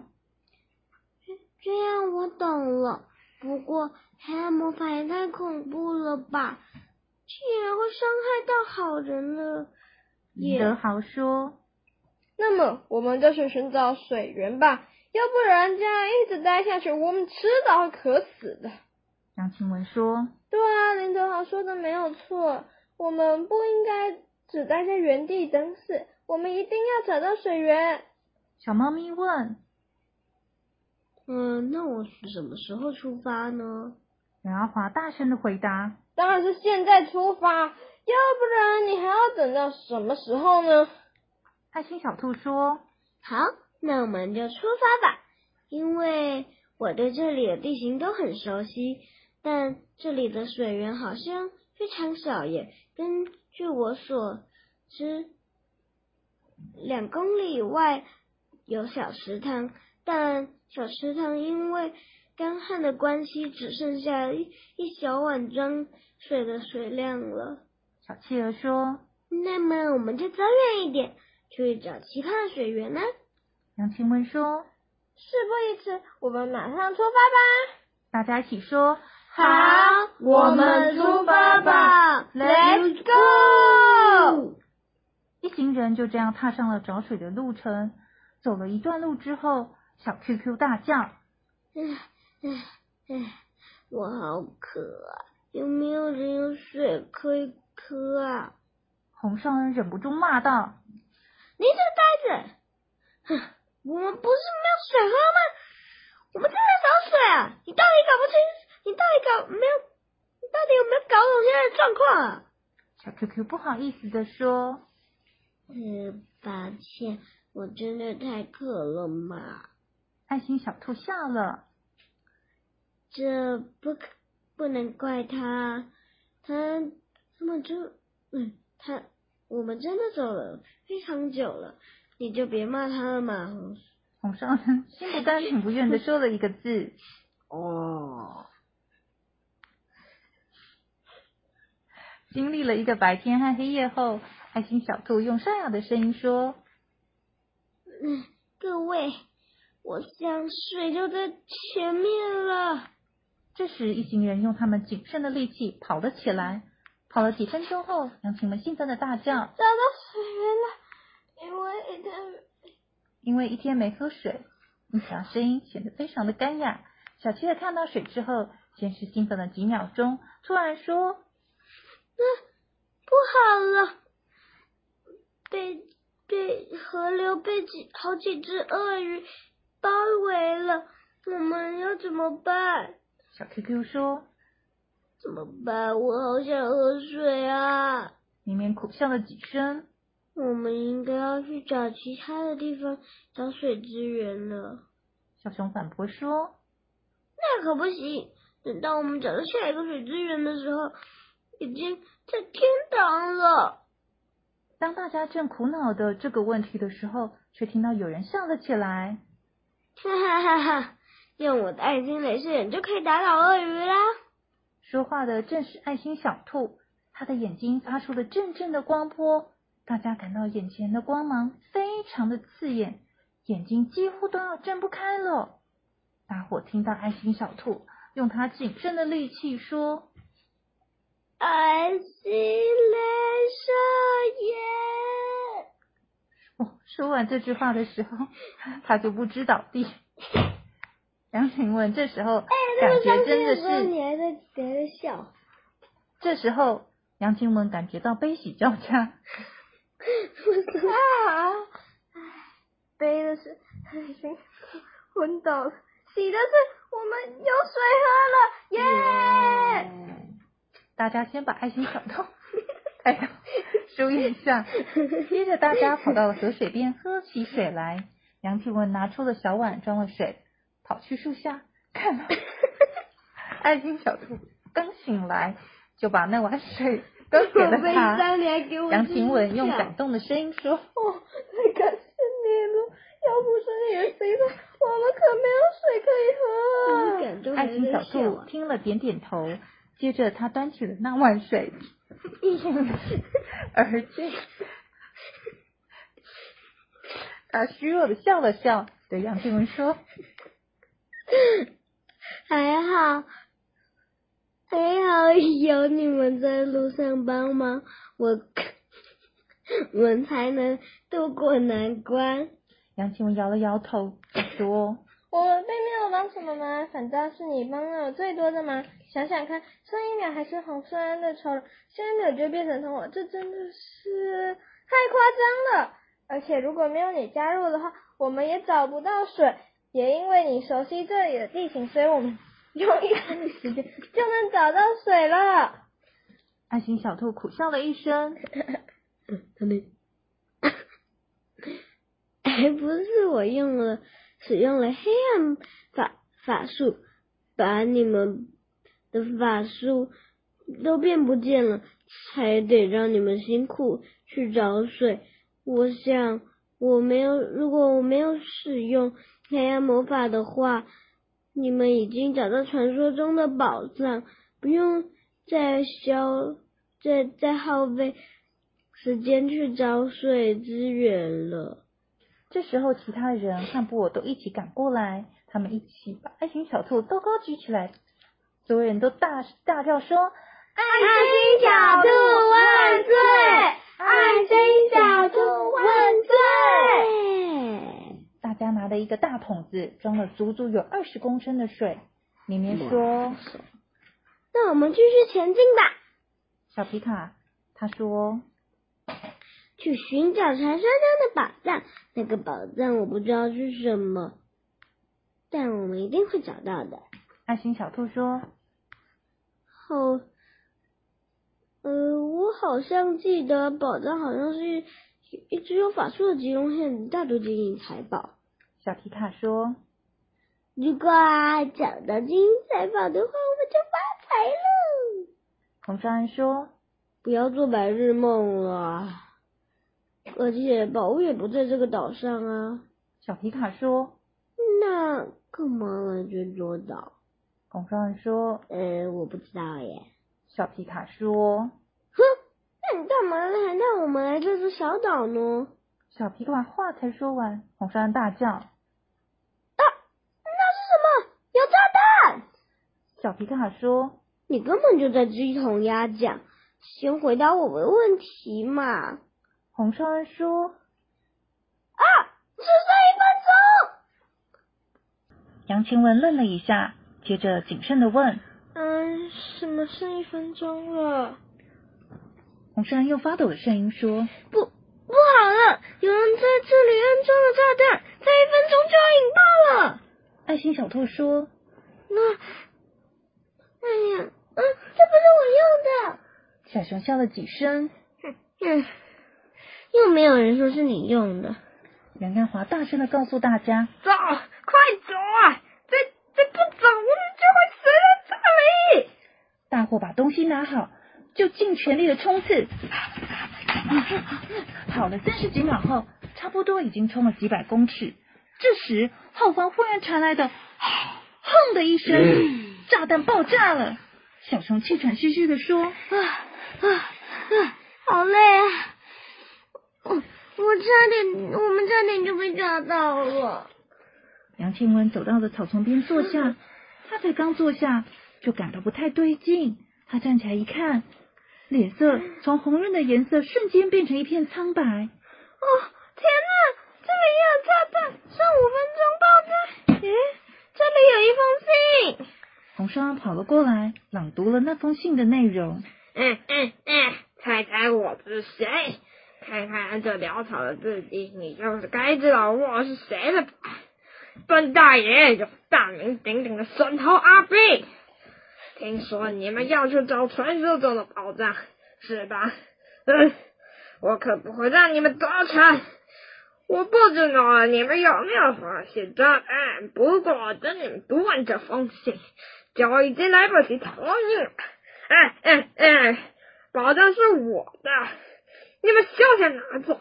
Speaker 2: 这样我懂了。不过黑暗魔法也太恐怖了吧，竟然会伤害到好人了。嗯
Speaker 1: 林德豪说，
Speaker 3: 那么我们就去寻找水源吧，要不然这样一直待下去，我们迟早会渴死的。
Speaker 1: 杨晴雯说，
Speaker 3: 对啊，林德豪说的没有错，我们不应该只待在原地等死，我们一定要找到水源。
Speaker 1: 小猫咪问
Speaker 2: 嗯，那我什么时候出发呢？
Speaker 1: 杨耀华，大声的回答
Speaker 3: 当然是现在出发，要不然你还要等到什么时候呢？：“
Speaker 1: 爱心小兔说，
Speaker 2: 好，那我们就出发吧。因为我对这里的地形都很熟悉，但这里的水源好像非常少耶。根据我所知，两公里以外有小池塘，但小池塘因为干旱的关系，只剩下一一小碗装水的水量了。
Speaker 1: 小企鹅说。”
Speaker 2: 那么我们就走远一点，去找其他的水源呢、
Speaker 1: 杨晴雯说
Speaker 3: 事不宜迟，我们马上出发吧。：“
Speaker 1: 大家一起说，
Speaker 2: 好，我们出发吧
Speaker 3: Let's
Speaker 2: go！
Speaker 1: 一行人就这样踏上了找水的路程。走了一段路之后，小 QQ 大叫
Speaker 2: 我好渴啊，有没有人有水可以喝啊？：“
Speaker 1: 红少恩忍不住骂道：‘
Speaker 2: 你这个呆子，哼，我们不是没有水喝吗？我们正在找水啊！你到底搞不清，你到底搞没有，你到底有没有搞懂现在的状况啊？
Speaker 1: 小 QQ 不好意思的说
Speaker 2: 呃，抱歉，我真的太渴了嘛。：“
Speaker 1: 爱心小兔笑了。
Speaker 2: 这不可不能怪他，他他们真，嗯，他我们真的走了非常久了，你就别骂他了嘛。红
Speaker 1: 红少呢，心不甘情不愿的说了一个字。
Speaker 2: 哦，
Speaker 1: 经历了一个白天和黑夜后，爱心小兔用沙哑的声音说
Speaker 2: 嗯，各位，我想水就在前面了。：“
Speaker 1: 这时，一行人用他们仅剩的力气跑了起来。跑了几分钟后，羊群们兴奋的大叫，
Speaker 4: 找到水源了，因为的
Speaker 1: 因为一天没喝水，你小声音显得非常的干哑。小企鹅看到水之后，先是兴奋了几秒钟，突然说
Speaker 2: 不好了，被被河流被几好几只鳄鱼包围了，我们要怎么办？：“
Speaker 1: 小 QQ 说。”
Speaker 2: 怎么办？我好想喝水啊！
Speaker 1: 绵绵苦笑了几声。
Speaker 2: 我们应该要去找其他的地方找水资源了。
Speaker 1: 小熊反驳说
Speaker 2: 那可不行，等到我们找到下一个水资源的时候，已经在天堂了。：“
Speaker 1: 当大家正苦恼的这个问题的时候，却听到有人笑了起来。
Speaker 2: 哈哈哈哈！用我的爱心镭射眼就可以打倒鳄鱼啦！
Speaker 1: 说话的正是爱心小兔，他的眼睛发出了阵阵的光波。大家感到眼前的光芒非常的刺眼，眼睛几乎都要睁不开了。大伙听到爱心小兔用他仅剩的力气说
Speaker 2: 爱心镭射眼。：“
Speaker 1: 哦，说完这句话的时候，他就不知倒地。杨晴问：“这时候
Speaker 2: 哎
Speaker 1: 感觉真的是
Speaker 2: 你还在你还在笑，
Speaker 1: 这时候，杨晴雯感觉到悲喜交加，
Speaker 4: 啊，背的是已经昏倒了，洗的是我们有水喝了，耶！
Speaker 1: 大家先把爱心小兔带到树叶下，接着大家跑到了河水边喝起水来。杨晴雯拿出了小碗装了水，跑去树下看到爱心小兔刚醒来，就把那碗水都给了
Speaker 2: 悲
Speaker 1: 他。
Speaker 2: 伤，你还给我
Speaker 1: 杨晴雯用
Speaker 2: 讲
Speaker 1: 感动的声音说。
Speaker 4: 哦，太感谢你了，要不是你的陪伴，我们可没
Speaker 2: 感
Speaker 4: 有水可以喝啊。
Speaker 2: 动
Speaker 1: 爱
Speaker 2: 还
Speaker 1: 情
Speaker 2: 在
Speaker 1: 小
Speaker 2: 笑
Speaker 1: 兔
Speaker 2: 啊！
Speaker 1: 听了点点头，接着他端起了那碗水，一饮 而尽。他啊虚弱的笑了笑，对杨静雯说
Speaker 2: 还哎好，还好 有你们在路上帮忙，我 我们才能渡过难关。：“
Speaker 1: 杨静雯摇了摇头，说
Speaker 4: 我并没有帮什么忙，反倒是你帮了我最多的忙。想想看，上一秒还是红顺安的仇人，下一秒就变成同我，这真的是太夸张了。而且如果没有你加入的话，我们也找不到水。也因为你熟悉这里的地形，所以我们 用一天的时间就能找到水了。：“
Speaker 1: 爱情小兔苦笑了一声。
Speaker 2: 他们还哎不是我用了使用了黑暗法法术，把你们的法术都变不见了，才得让你们辛苦去找水。我想我没有，如果我没有使用黑暗魔法的话，你们已经找到传说中的宝藏，不用再消再再耗费时间去找水资源了。”
Speaker 1: 这时候，其他人和布偶都一起赶过来，他们一起把爱情小兔高高举起来，所有人都大大叫说：“
Speaker 2: 爱心小兔万岁！爱心小兔万岁！
Speaker 1: 大家拿了一个大桶子，装了足足有二十公升的水。绵绵说
Speaker 2: 那我们继续前进吧，：“
Speaker 1: 小皮卡，他说
Speaker 2: 去寻找传说中的宝藏。那个宝藏我不知道是什么，但我们一定会找到的。
Speaker 1: 爱心小兔说，
Speaker 2: 好，呃，我好像记得宝藏好像是一只有法术的吉龙县大毒精灵财宝。
Speaker 1: 小皮卡说，
Speaker 2: 如果找到金银财宝的话，我们就发财了。
Speaker 1: 红烧安说，
Speaker 2: 不要做白日梦了。而且宝物也不在这个岛上啊，
Speaker 1: 小皮卡说。
Speaker 2: 那干嘛来这座岛？
Speaker 1: 孔少恩说。
Speaker 2: 呃，我不知道耶。
Speaker 1: 小皮卡说。
Speaker 2: 哼，那你干嘛还让我们来这座小岛呢？
Speaker 1: 小皮卡话才说完，孔少恩大叫。
Speaker 2: 那是什么？有炸弹！
Speaker 1: 小皮卡说。
Speaker 2: 你根本就在鸡同鸭讲，先回答我的问题嘛。
Speaker 1: 孔少恩说。
Speaker 2: 啊，只剩
Speaker 1: 杨晴雯愣了一下，接着谨慎的问。
Speaker 3: 嗯，什么剩一分钟了？
Speaker 1: 孔少恩用发抖的声音说。
Speaker 2: 一分钟，不不好了，有人在这里安装了炸弹，在一分钟就要引爆了。
Speaker 1: 爱心小兔说。
Speaker 2: 那，哎呀，嗯，这不是我用的。
Speaker 1: 小熊笑了几声。
Speaker 2: 嗯，又没有人说是你用的。
Speaker 1: 梁干华大声的告诉大家，
Speaker 4: 走，快走啊！再再不走，我们就会死在这里。
Speaker 1: 大伙把东西拿好，就尽全力的冲刺。跑了三十几秒后，差不多已经冲了几百公尺。这时，后方忽然传来的“轰”的一声，炸弹爆炸了。小熊气喘吁吁的说
Speaker 2: 好累啊！我我差点，我们差点就被炸到了。：“
Speaker 1: 杨庆文走到了草丛边坐下，他才刚坐下，就感到不太对劲。他站起来一看，脸色从红润的颜色瞬间变成一片苍白。
Speaker 2: 哦，天哪！这里也有炸弹，剩
Speaker 4: 嗯
Speaker 2: 五分钟爆炸。咦，这里有一封信。
Speaker 1: 红双跑了过来，朗读了那封信的内容。
Speaker 4: 嗯嗯嗯，猜猜我是谁？看看按这潦草的字迹，你就是该知道我是谁了吧？本大爷有大名鼎鼎的神偷阿斌，听说你们要去找传说中的宝藏，是吧？嗯，我可不会让你们得逞。我不知道你们有没有发现答案，不过等你们读完这封信，就已经来不及逃命了。哎哎哎，宝藏是我的，你们休想拿走！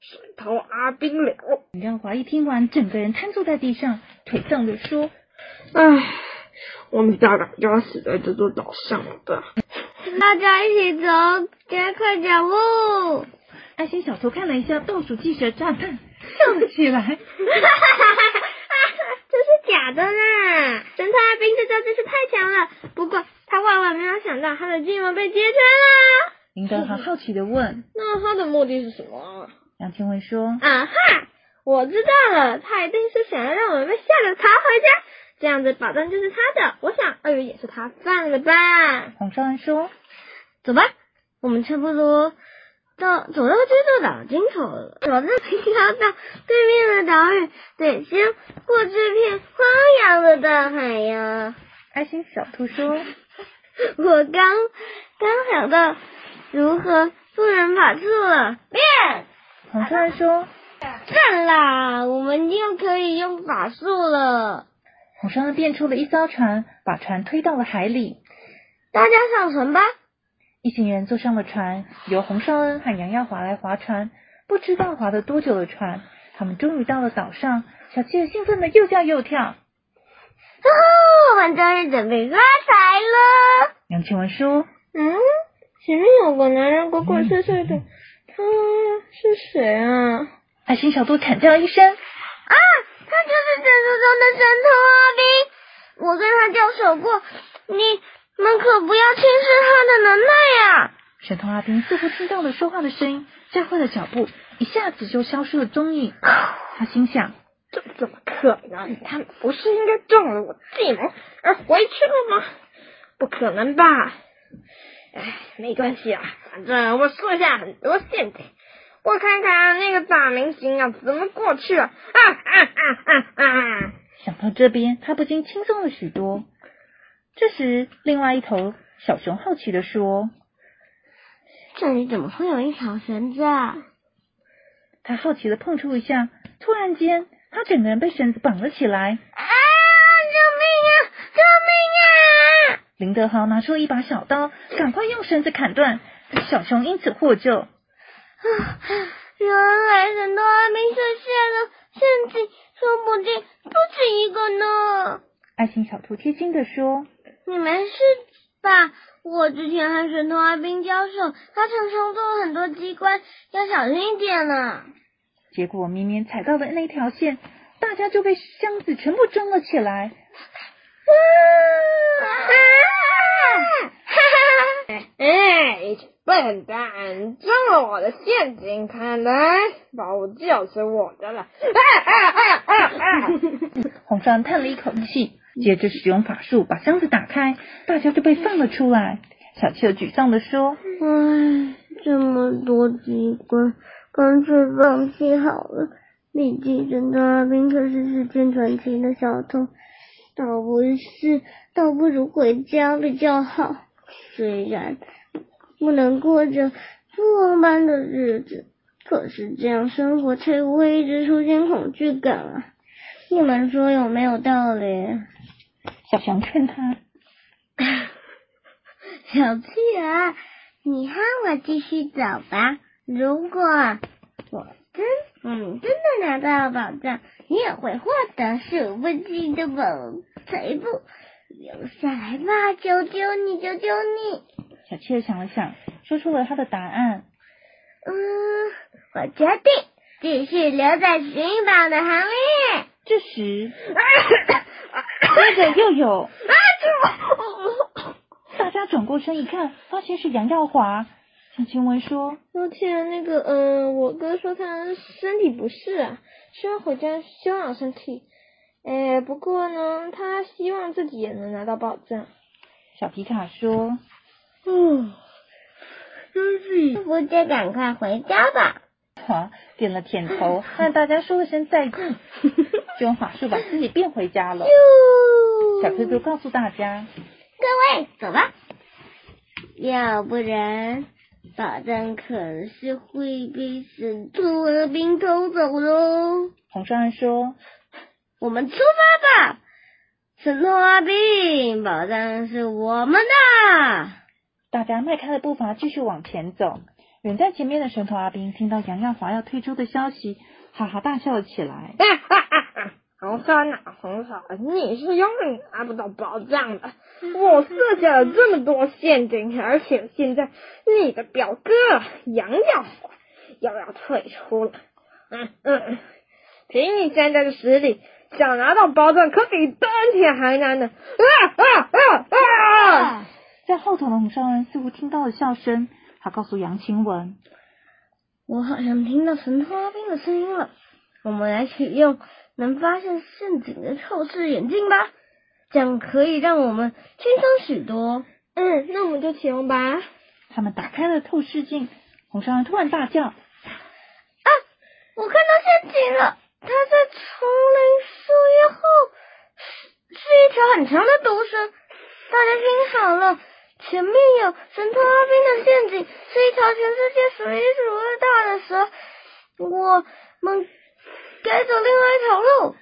Speaker 4: 神偷阿冰了。
Speaker 1: 你让华一听完，整个人瘫坐在地上，颓丧的说
Speaker 4: 唉，哎我们大概就要死在这座岛上了吧？
Speaker 2: 大家一起走，加快脚步。：“
Speaker 1: 爱心小偷看了一下倒数计时的炸弹，笑了起来。
Speaker 2: 这是假的啦！神探阿兵这招真是太强了，不过他万万没有想到他的计谋被揭穿啦！”
Speaker 1: 林德豪好奇的问
Speaker 3: 那他的目的是什么啊？
Speaker 1: 杨千惠说
Speaker 2: 啊哈，我知道了，他一定是想要让我们被吓得逃回家，这样子宝藏就是他的。我想鳄鱼也是他放的吧？：“
Speaker 1: 洪少恩说，
Speaker 2: 走吧，我们差不多到走到这座岛尽头了，走到要到对面的岛屿，得先过这片荒洋的大海呀。
Speaker 1: 爱心小兔说，
Speaker 2: 我刚刚想到如何不能把住了，变
Speaker 1: 洪少恩说，
Speaker 2: 赞啦！我们又可以用法术了。
Speaker 1: 洪少恩变出了一艘船，把船推到了海里。
Speaker 2: 大家上船吧。
Speaker 1: 一行人坐上了船，由洪少恩和杨耀华来划船。不知道划了多久的船，他们终于到了岛上。小企鹅兴奋的又叫又跳。
Speaker 2: 哦，我们终于准备发财了。
Speaker 1: 杨千文说
Speaker 3: 嗯，前面有个男人鬼鬼祟祟的，他
Speaker 2: 嗯
Speaker 3: 是谁啊？：“
Speaker 1: 爱心小兔惨叫一声，
Speaker 2: 啊，他就是传说中的神偷阿兵，我跟他交手过，你们可不要轻视他的能耐呀、
Speaker 1: 神童阿兵似乎听到了说话的声音，加快了脚步，一下子就消失了踪影。他心想，
Speaker 4: 这怎么可能？他们不是应该中了我计谋而哎回去了吗？不可能吧？唉，没关系啊，反正我设下很多陷阱，我看看那个大明星要怎么过去啊！啊啊啊啊啊！
Speaker 1: 想到这边，他不禁轻松了许多。这时，另外一头小熊好奇的说
Speaker 2: 这里怎么会有一条绳子啊？：“
Speaker 1: 他好奇的碰触一下，突然间，他整个人被绳子绑了起来。
Speaker 2: 啊！救命啊！救命啊！
Speaker 1: 林德豪拿出一把小刀，赶快用绳子砍断，小熊因此获救。
Speaker 4: 啊
Speaker 2: 原来人都还没设下呢，甚至说不定不止一个呢。
Speaker 1: 爱心小兔贴心的说
Speaker 2: 你没事吧？我之前和神童阿兵交手，他常常做很多机关，要小心一点呢。：“
Speaker 1: 结果绵绵踩到了那条线，大家就被箱子全部装了起来。
Speaker 3: 哎，一群笨蛋，中了我的陷阱，看来宝救是我的了。
Speaker 1: 红山叹了一口气，接着使用法术把箱子打开，大家就被放了出来。小企鹅沮丧的啊说
Speaker 2: 唉，这么多机关，干脆放弃好了。毕竟神童阿兵可是世间传奇的小偷，倒不是，倒不如回家比较好。虽然不能过着富翁般的日子，可是这样生活才不会一直出现恐惧感啊！你们说有没有道理？：“啊
Speaker 1: 小熊劝他，
Speaker 2: 小企鹅，你和我继续走吧。如果我真嗯真的拿到了宝藏，你也会获得数不尽的宝财富。留下来吧，求求你，求求你！
Speaker 1: 小企鹅想了想，说出了他的答案。
Speaker 2: 嗯，我决定继续留在寻宝的行 列。哎
Speaker 1: 这时，接着又有，
Speaker 2: 啊
Speaker 1: 大家转过身一看，发现是杨耀华。小青文说
Speaker 3: 昨天那个，嗯、我哥说他身体不适啊，需要回家休养身体。哎，不过呢，他希望自己也能拿到宝藏。：“
Speaker 1: 小皮卡说，
Speaker 2: 是不是赶快回家吧？
Speaker 1: 华点了点头，和大家说了声再见，就用法术把自己变回家了。小
Speaker 2: 啾
Speaker 1: 兔兔告诉大家，
Speaker 2: 各位，走吧，要不然宝藏可是会被神兔和兵偷走的哦。
Speaker 1: 红山案说，
Speaker 2: 我们出发吧，神偷阿兵，宝藏是我们的。
Speaker 1: 大家迈开了步伐，继续往前走。远在前面的神头阿兵听到杨耀华要退出的消息，哈哈大笑了起来。
Speaker 3: 红山呐、红山，你是永远拿不到宝藏的。我设下了这么多陷阱，而且现在你的表哥杨耀华又要退出了。嗯嗯，凭你现在的实力，想拿到宝藏可比登天还难呢！啊啊！啊啊
Speaker 1: 在后头的红烧人似乎听到了笑声，他告诉杨晴雯，
Speaker 2: 我好像听到神偷阿兵的声音了，我们来启用能发现陷阱的透视眼镜吧，这样可以让我们轻松许多。
Speaker 3: 嗯，那我们就启用吧。
Speaker 1: 他们打开了透视镜，红烧人突然大叫，
Speaker 2: 啊我看到陷阱了，它在丛林树叶后，是是一条很长的毒绳。大家听好了，前面有神偷阿兵的陷阱，是一条全世界数一数二大的蛇。我们该走另外一条路。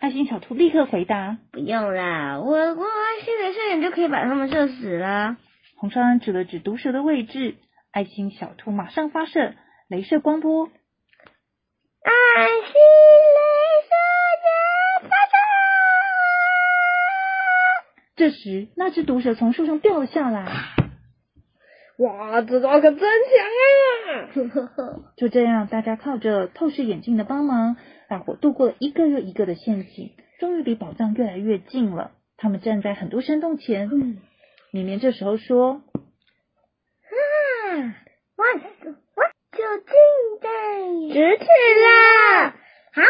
Speaker 1: 爱心小兔立刻回答。
Speaker 2: 不用啦，我我有爱心镭射眼就可以把他们射死啦。
Speaker 1: 红烧人指了指毒蛇的位置，爱心小兔马上发射镭射光波，
Speaker 2: 爱心镭射眼发射！
Speaker 1: 这时那只毒蛇从树上掉了下来。
Speaker 3: 哇，这招可真强啊！
Speaker 2: 呵呵，
Speaker 1: 就这样，大家靠着透视眼镜的帮忙，大伙度过了一个又一个的陷阱，终于离宝藏越来越近了。他们站在很多山洞前，绵绵这时候说
Speaker 2: 啊，我我就近在咫尺啦！好，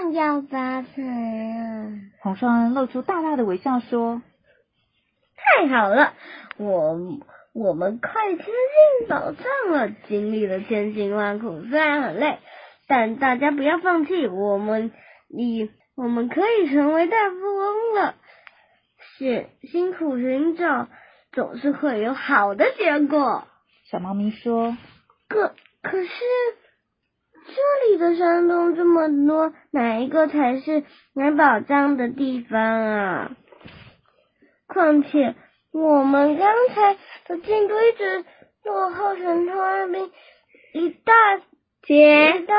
Speaker 2: 上要发财啊！：“
Speaker 1: 红双人露出大大的微笑说，
Speaker 2: 太好了，我我们快接近宝藏了。经历了千辛万苦，虽然很累，但大家不要放弃。我们你我们可以成为大富翁了。是辛苦寻找，总是会有好的结果。
Speaker 1: 小猫咪说，
Speaker 2: 可可是这里的山洞这么多，哪一个才是买宝藏的地方啊？况且我们刚才的进度一直落后神偷那边一大截，一大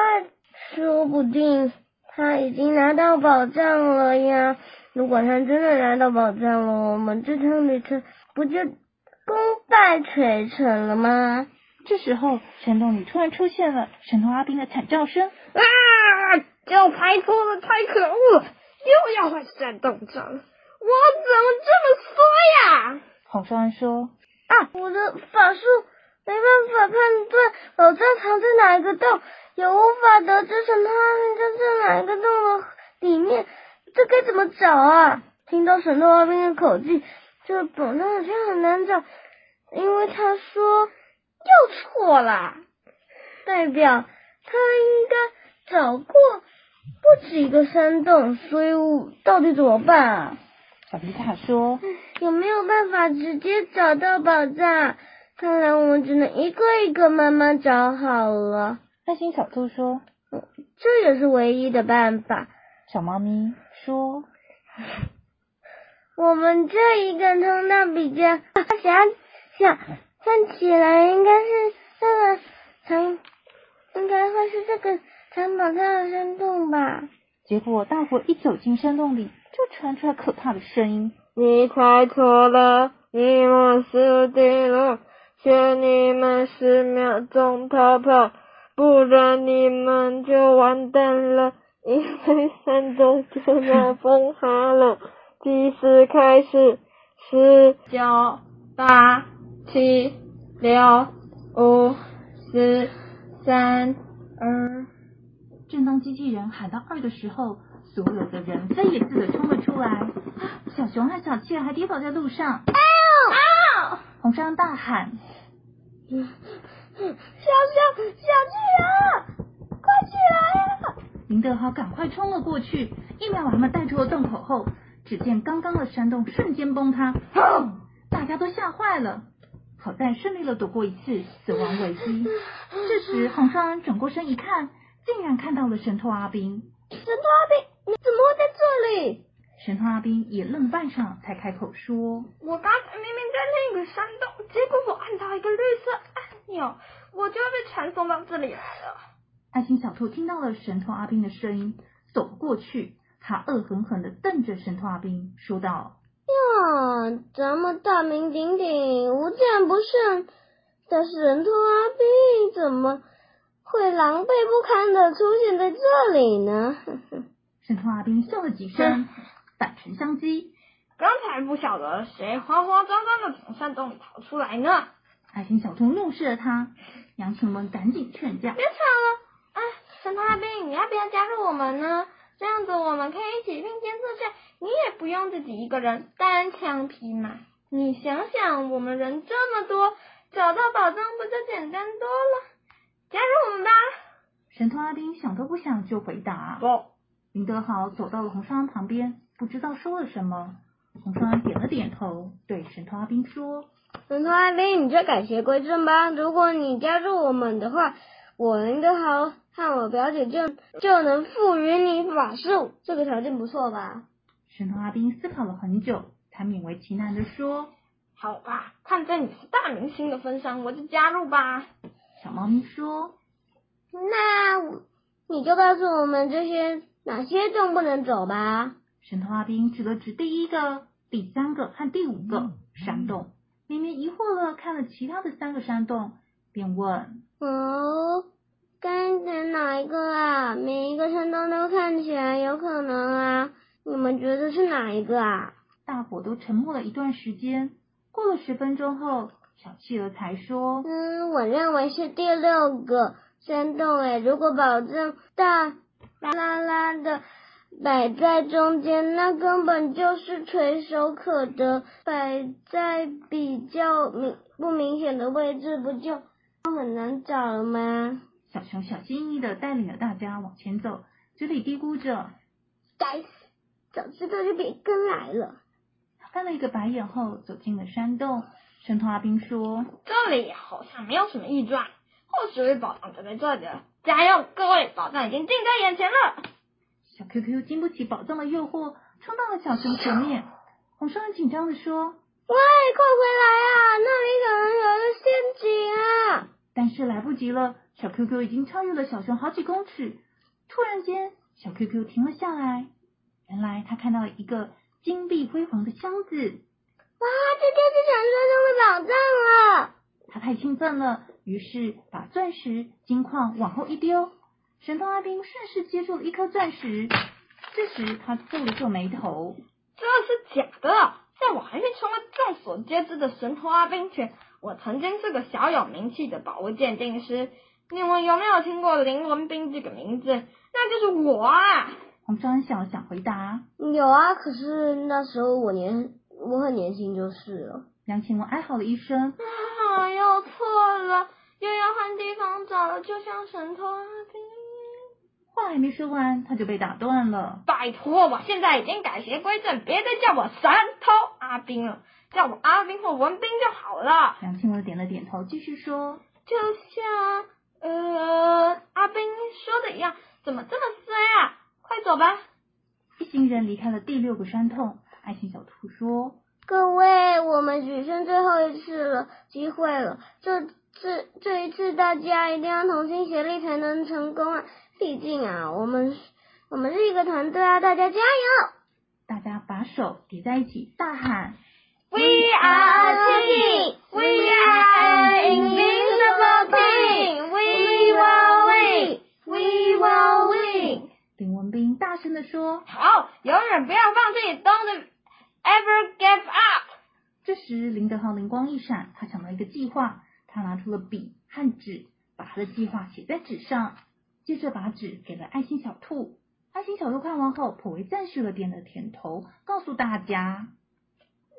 Speaker 2: 说不定他已经拿到宝藏了呀。如果他真的拿到宝藏了，我们这趟旅程不就功败垂成了吗？
Speaker 1: 这时候，山洞里突然出现了神童阿兵的惨叫声。
Speaker 2: 啊！就排错了，太可恶了！
Speaker 3: 又要换山洞长，我怎么这么说呀？
Speaker 1: 洪少安说
Speaker 2: 啊，我的法术没办法判断宝藏藏在哪一个洞，也无法得知神探藏在哪一个洞的里面，这该怎么找啊？听到神探阿兵的口气，这宝藏好像很难找，因为他说又错了，代表他应该找过不止一个山洞，所以我到底怎么办啊？
Speaker 1: 小皮卡说，
Speaker 2: 有没有办法直接找到宝藏？看来我们只能一个一个慢慢找好了，
Speaker 1: 爱心小兔说，
Speaker 2: 这也是唯一的办法。
Speaker 1: 小猫咪说，
Speaker 2: 我们这一个通道比较想想看起来应该是这个藏，应该会是这个藏宝藏的山洞吧？
Speaker 1: 结果大伙一走进山洞里，就传出来可怕的声音。
Speaker 3: 你猜错了，你们死定了，限你们十秒钟逃跑，不然你们就完蛋了，因为三周就要崩塌了。计时开始，十九八七六五四三二。
Speaker 1: 正当机器人喊到二的时候，所有的人飞也似的冲了出来。啊小熊和小雀还跌倒在路上。
Speaker 4: 哦
Speaker 1: 洪尚大喊，
Speaker 4: 小熊，小巨人，快啊起来呀、
Speaker 1: 林德豪赶快冲了过去，一秒把他们带出了洞口后，只见刚刚的山洞瞬间崩塌，砰！大家都吓坏了。好在顺利的躲过一次死亡危机。这时，洪尚恩转过身一看，竟然看到了神偷阿兵。
Speaker 4: 神偷阿兵，你怎么会在这里？
Speaker 1: 神偷阿兵也愣半晌，才开口说
Speaker 4: 我刚才明明在另一个山洞，结果我按到一个绿色按钮，我就被传送到这里来了。：“
Speaker 1: 爱心小兔听到了神偷阿兵的声音，走了过去。他恶狠狠的瞪着神偷阿兵，说道
Speaker 2: 哟，咱们啊大名鼎鼎、无战不胜的神偷阿兵，怎么会狼狈不堪的出现在这里呢？：‘
Speaker 1: 神偷阿兵笑了几声，反唇相讥。’
Speaker 4: 刚才不晓得谁慌慌张张的从山洞里逃出来呢。
Speaker 1: 爱心小兔怒视了他，羊群们赶紧劝架。
Speaker 4: 别吵了，哎，神探阿兵，你要不要加入我们呢？这样子我们可以一起并肩作战，你也不用自己一个人单枪匹马。你想想，我们人这么多，找到宝藏不就简单多了？加入我们吧！
Speaker 1: 神偷阿兵想都不想就回答。
Speaker 3: 不，
Speaker 1: 林德豪走到了红双安旁边，不知道说了什么。红双安点了点头，对神偷阿兵说
Speaker 2: 神偷阿兵，你就改邪归正吧。如果你加入我们的话，我林德豪和我表姐就就能赋予你法术，这个条件不错吧？：“
Speaker 1: 神偷阿兵思考了很久，才勉为其难的说。
Speaker 4: 好吧，看在你是大明星的份上，我就加入吧。
Speaker 1: 小猫咪说
Speaker 2: 那我你就告诉我们这些哪些洞不能走吧。：‘
Speaker 1: 神偷阿兵指了指第一个、第三个和第五个山洞。’明明疑惑了，看了其他的三个山洞，便问
Speaker 2: 哦，该选哪一个啊？每一个山洞都看起来有可能啊，你们觉得是哪一个啊？
Speaker 1: 大伙都沉默了一段时间，过了十分钟后，小企鹅才说
Speaker 2: 嗯，我认为是第六个山洞诶。如果保证大拉拉的摆在中间，那根本就是垂手可得；摆在比较明不明显的位置，不就很难找了吗？：“
Speaker 1: 小熊小心翼翼的带领着大家往前走，嘴里嘀咕着。”
Speaker 2: 该死，早知道就别跟来了。
Speaker 1: 翻了一个白眼后，走进了山洞。神童阿兵说
Speaker 4: 这里好像没有什么异状，或许宝藏就在这里了。加油，各位，宝藏已经近在眼前了。：“
Speaker 1: 小 QQ 经不起宝藏的诱惑，冲到了小熊前面。”红双很紧张的说
Speaker 5: 喂，快回来啊！那里可能有个陷阱啊！
Speaker 1: 但是来不及了，小 QQ 已经超越了小熊好几公尺。突然间，小 QQ 停了下来。原来他看到一个金碧辉煌的箱
Speaker 5: 哇，
Speaker 1: 子，
Speaker 5: 这就是传说中的宝藏了！
Speaker 1: 他太兴奋了，于是把钻石、金矿往后一丢。神童阿兵顺势接住了一颗钻石，这时他皱了皱眉头。
Speaker 2: 这是假的。在我还没成为众所皆知的神童阿兵前，我曾经是个小有名气的宝物鉴定师。你们有没有听过林文斌这个名字？那就是我啊！
Speaker 1: 红双想了想回答，
Speaker 4: 有啊，可是那时候我年我很年轻就是了。
Speaker 1: 梁晴雯哀嚎了一声，
Speaker 2: 啊，又错了，又要换地方找了，就像神偷阿兵。
Speaker 1: 话还没说完，他就被打断了。
Speaker 2: 拜托，我现在已经改邪归正，别再叫我神偷阿兵了，叫我阿兵或文兵就好了。
Speaker 1: 梁晴雯点了点头，继续说。
Speaker 2: 就像呃阿兵说的一样，怎么这么衰啊？快走吧！
Speaker 1: 一行人离开了第六个山洞。爱心小兔说
Speaker 4: 各位，我们只剩最后一次了，机会了。这次这一次，大家一定要同心协力才能成功啊！毕竟啊，我们是我们是一个团队啊，大家加油！：“
Speaker 1: 大家把手叠在一起，大喊
Speaker 2: We are a team. We are an invincible team. We will win. We will win.！”
Speaker 1: 林文斌大声的说。
Speaker 2: 好，永远不要放弃，Don't ever give up。
Speaker 1: 这时，林德豪灵光一闪，他想到一个计划，他拿出了笔和纸，把他的计划写在纸上，接着把纸给了爱心小兔。爱心小兔看完后，颇为赞许了，点了点头，告诉大家。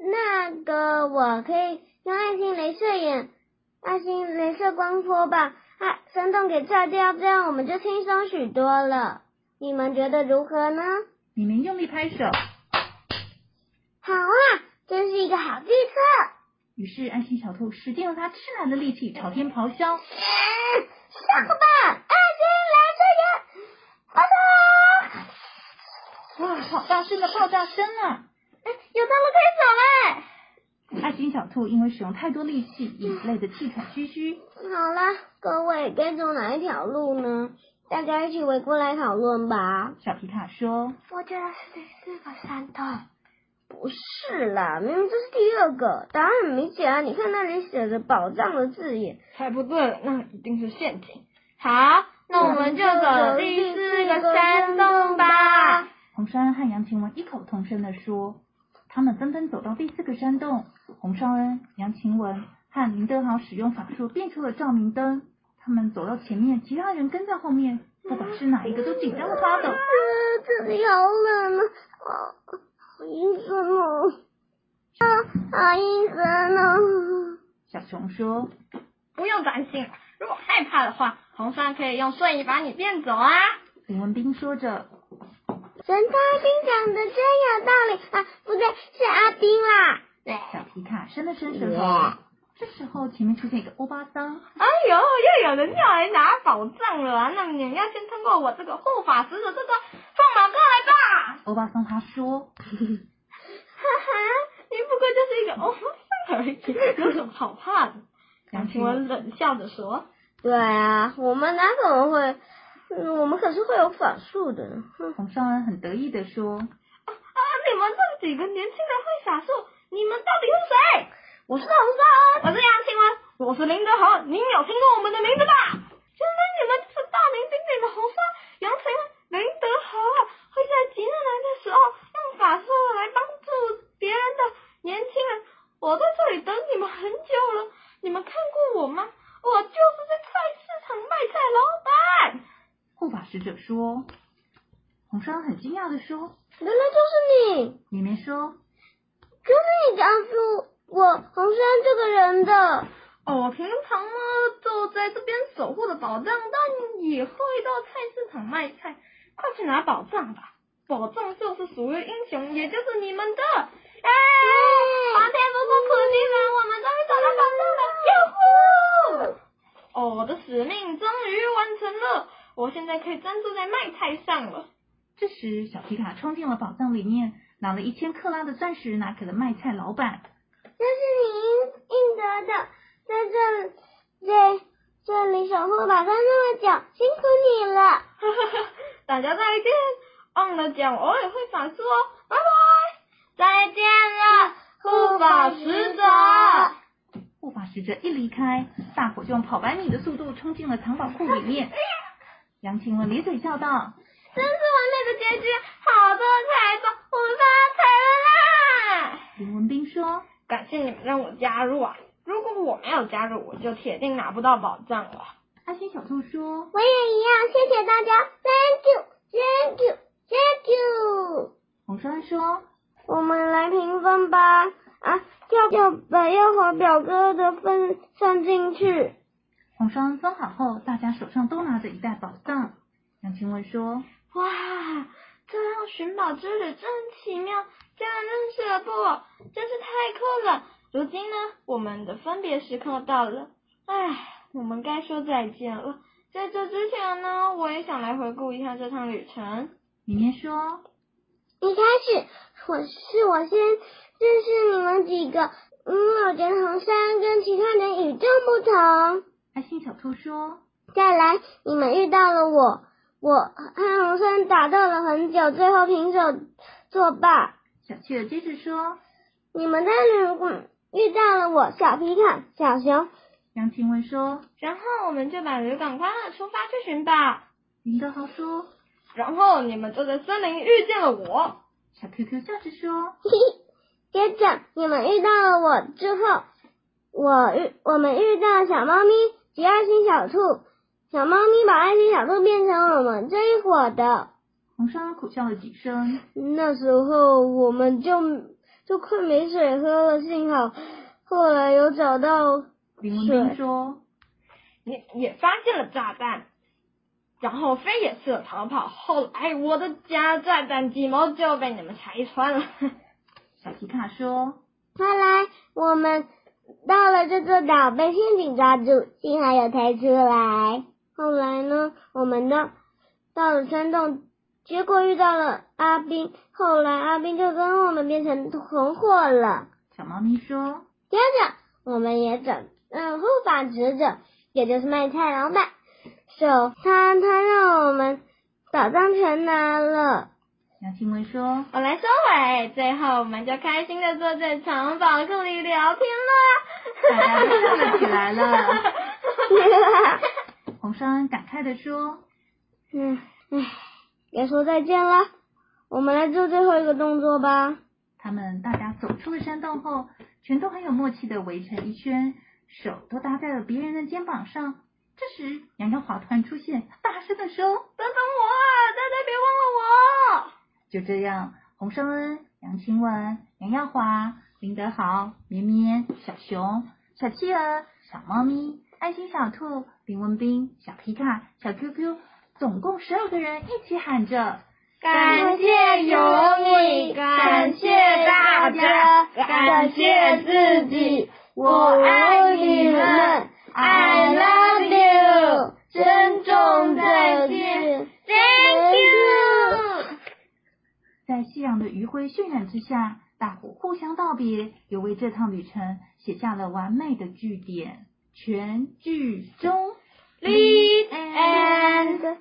Speaker 4: 那个我可以用爱心镭射眼、爱心镭射光波把啊山洞给炸掉，这样我们就轻松许多了。你们觉得如何呢？
Speaker 1: 你们用力拍手。
Speaker 4: 好啊，真是一个好计策！
Speaker 1: 于是，爱心小兔使尽了它吃奶的力气，朝天咆哮。
Speaker 4: 上吧，爱心
Speaker 1: 哇，好大声的爆炸声啊！
Speaker 4: 哎镭射眼，有道路可以走了。
Speaker 1: 爱心小兔因为使用太多力气，已累得气喘吁吁。
Speaker 4: 好啦，各位该走哪一条路呢？大家一起围过来讨论吧。
Speaker 1: 小皮卡说
Speaker 4: 我觉得是第四个山洞。不是啦，明明这是第二个，答案很明显啊！你看那里写着“宝藏”的字眼，
Speaker 2: 才不对了，那一定是陷阱。好，那我们就走第四个山洞吧。：“
Speaker 1: 红烧恩和杨晴雯异口同声地说。”他们纷纷走到第四个山洞。红烧恩、杨晴雯和林德豪使用法术变出了照明灯。他们走到前面，其他人跟在后面，不管是哪一个都紧张的发抖。
Speaker 4: 呃，这里好冷啊，啊好阴森哦，啊，好阴森哦。
Speaker 1: 小熊说
Speaker 2: 不用担心，如果害怕的话，红山可以用瞬移把你变走啊。：“
Speaker 1: 林文斌说着，
Speaker 4: 神探阿兵讲的真有道理啊，不对，是阿兵
Speaker 2: 啊
Speaker 4: 啦。对。
Speaker 1: 小皮卡伸了伸舌头。”这时候，前面出现一个欧巴桑，
Speaker 2: 哎呦，又有人要来拿宝藏了、啊，那么你们要先通过我这个护法使者这段放马过来吧。
Speaker 1: 欧巴桑他说
Speaker 2: 哈哈，你不过就是一个欧巴桑而已，有什么好怕的？
Speaker 1: 杨晴
Speaker 2: 我
Speaker 1: 雯
Speaker 2: 冷笑着说。
Speaker 4: 对啊，我们哪可能会？嗯，我们可是会有法术的呢。哼，
Speaker 1: 红烧恩很得意地说
Speaker 2: 啊，你们这几个年轻人会法术，你们到底是谁？
Speaker 4: 我是红
Speaker 2: 我是杨晴雯，我是林德豪，您有听过我们的名字吧？原来你们就是大名鼎鼎的红烧杨晴雯、林德豪啊，会在急难来的时候用法术来帮助别人的年轻人。我在这里等你们很久了，你们看过我吗？我就是在菜市场卖菜老板。：“
Speaker 1: 护法使者说。”红烧恩很惊讶地说
Speaker 4: 原来就是你，：“
Speaker 1: 里面说
Speaker 4: 就是你告诉我红山这个人的。
Speaker 2: 哦，平常呢就在这边守护着宝藏，但也会到菜市场卖菜。快去拿宝藏吧，宝藏就是属于英雄，也就是你们的。哎，
Speaker 4: 嗯
Speaker 2: 皇天不负苦心人，我们终于找到宝藏了！哟呼！哦，我的使命终于完成了，我现在可以专注在卖菜上了。
Speaker 1: 这时，小皮卡冲进了宝藏里面，拿了一千克拉的钻石，拿给了卖菜老板。
Speaker 4: 是你应应得的，在这在这里守护爸爸那么久，辛苦你了。
Speaker 2: 大家再见，忘了讲我也会反思哦，拜拜，
Speaker 4: 再见了，护法使者。
Speaker 1: 护法使者一离开，大伙就用跑百米的速度冲进了藏宝库里面。杨晴雯咧嘴笑道
Speaker 4: 真是完美的结局，好多财宝，我们发财了啦！：“
Speaker 1: 林文斌说，
Speaker 2: 感谢你们让我加入啊！如果我没有加入，我就铁定拿不到宝藏了。
Speaker 1: 爱心小兔说，
Speaker 4: 我也一样，谢谢大家，Thank you，Thank you，Thank you。
Speaker 1: 红山说，
Speaker 4: 我们来评分吧，啊，要要把耀华表哥的分算进去。
Speaker 1: 红山分好后，大家手上都拿着一袋宝藏。”杨晴雯说
Speaker 2: 哇，这趟寻宝之旅真奇妙，竟然认识了布偶，真是太酷了！如今呢，我们的分别时刻到了，唉，我们该说再见了。在这之前呢，我也想来回顾一下这趟旅程。：“
Speaker 1: 明年说，
Speaker 4: 一开始我是我先认识你们几个，
Speaker 2: 嗯
Speaker 4: 因为我觉得红山跟其他人与众不同。
Speaker 1: 爱心小兔说，
Speaker 4: 再来，你们遇到了我，我和红山打斗了很久，最后平手作罢。
Speaker 1: 小企鹅接着说。”
Speaker 4: 你们在旅馆遇到了我，小皮卡、小熊，
Speaker 1: 杨晴雯说
Speaker 2: 然后我们就把旅馆关了，出发去寻宝。：“
Speaker 1: 林德豪说，
Speaker 2: 然后你们就在森林遇见了我。
Speaker 1: 小 QQ 笑着说，
Speaker 4: 嘿嘿。接着你们遇到了我之后，我遇我们遇到小猫咪及爱心小兔，小猫咪把爱心小兔变成我们这一伙的。
Speaker 1: 红山苦笑了几声。
Speaker 4: 那时候我们就就快没水喝了，幸好后来有找到
Speaker 1: 林文斌说
Speaker 2: 你也发现了炸弹，然后飞也试了逃跑，后来我的加炸弹几毛就被你们拆穿了。：“
Speaker 1: 小皮卡说，
Speaker 4: 后来我们到了这座岛，被陷阱抓住，幸好有抬出来。 后来呢，我们到到了山洞，结果遇到了阿斌，后来阿斌就跟我们变成同伙了。
Speaker 1: 小猫咪说，
Speaker 4: 接着我们也找嗯护法使者，也就是卖菜老板，手他他让我们宝藏全拿了。
Speaker 1: 杨晴雯说，
Speaker 2: 我来收尾，最后我们就开心的坐在藏宝库里聊天
Speaker 1: 大家都笑 了起
Speaker 2: 啦。
Speaker 1: 来了。红山感慨地说
Speaker 4: 嗯，唉，该说再见了。我们来做最后一个动作吧。：“
Speaker 1: 他们大家走出了山洞后，全都很有默契的围成一圈，手都搭在了别人的肩膀上。”这时，杨耀华突然出现，大声地说
Speaker 2: 等等我啊，大家别忘了我。：“
Speaker 1: 就这样，红山恩、杨晴雯、杨耀华、林德豪、绵绵、小熊、小企鹅、小猫咪、爱心小兔、林文斌、小皮卡、小 QQ，总共十二个人一起喊着。”
Speaker 2: 感谢有你，感谢大家，感谢自己，我爱你们，I love you，珍重再见，Thank you。
Speaker 1: 在夕阳的余晖渲染之下，大伙互相道别，也为这趟旅程写下了完美的句点。全剧终。
Speaker 2: Lead and，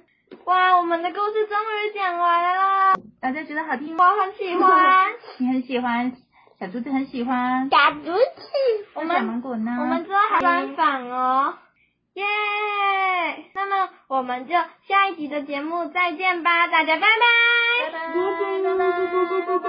Speaker 2: 哇，我们的故事终于讲完了，
Speaker 1: 大家觉得好听吗？
Speaker 2: 我很喜欢。
Speaker 1: 你很喜欢，小竹子很喜欢。
Speaker 4: 打竹子，
Speaker 1: 那
Speaker 2: 我们
Speaker 1: 小芒果呢？
Speaker 2: 我们之后还专访哦，耶！那么我们就下一集的节目再见吧，大家拜拜，
Speaker 1: 拜拜拜拜。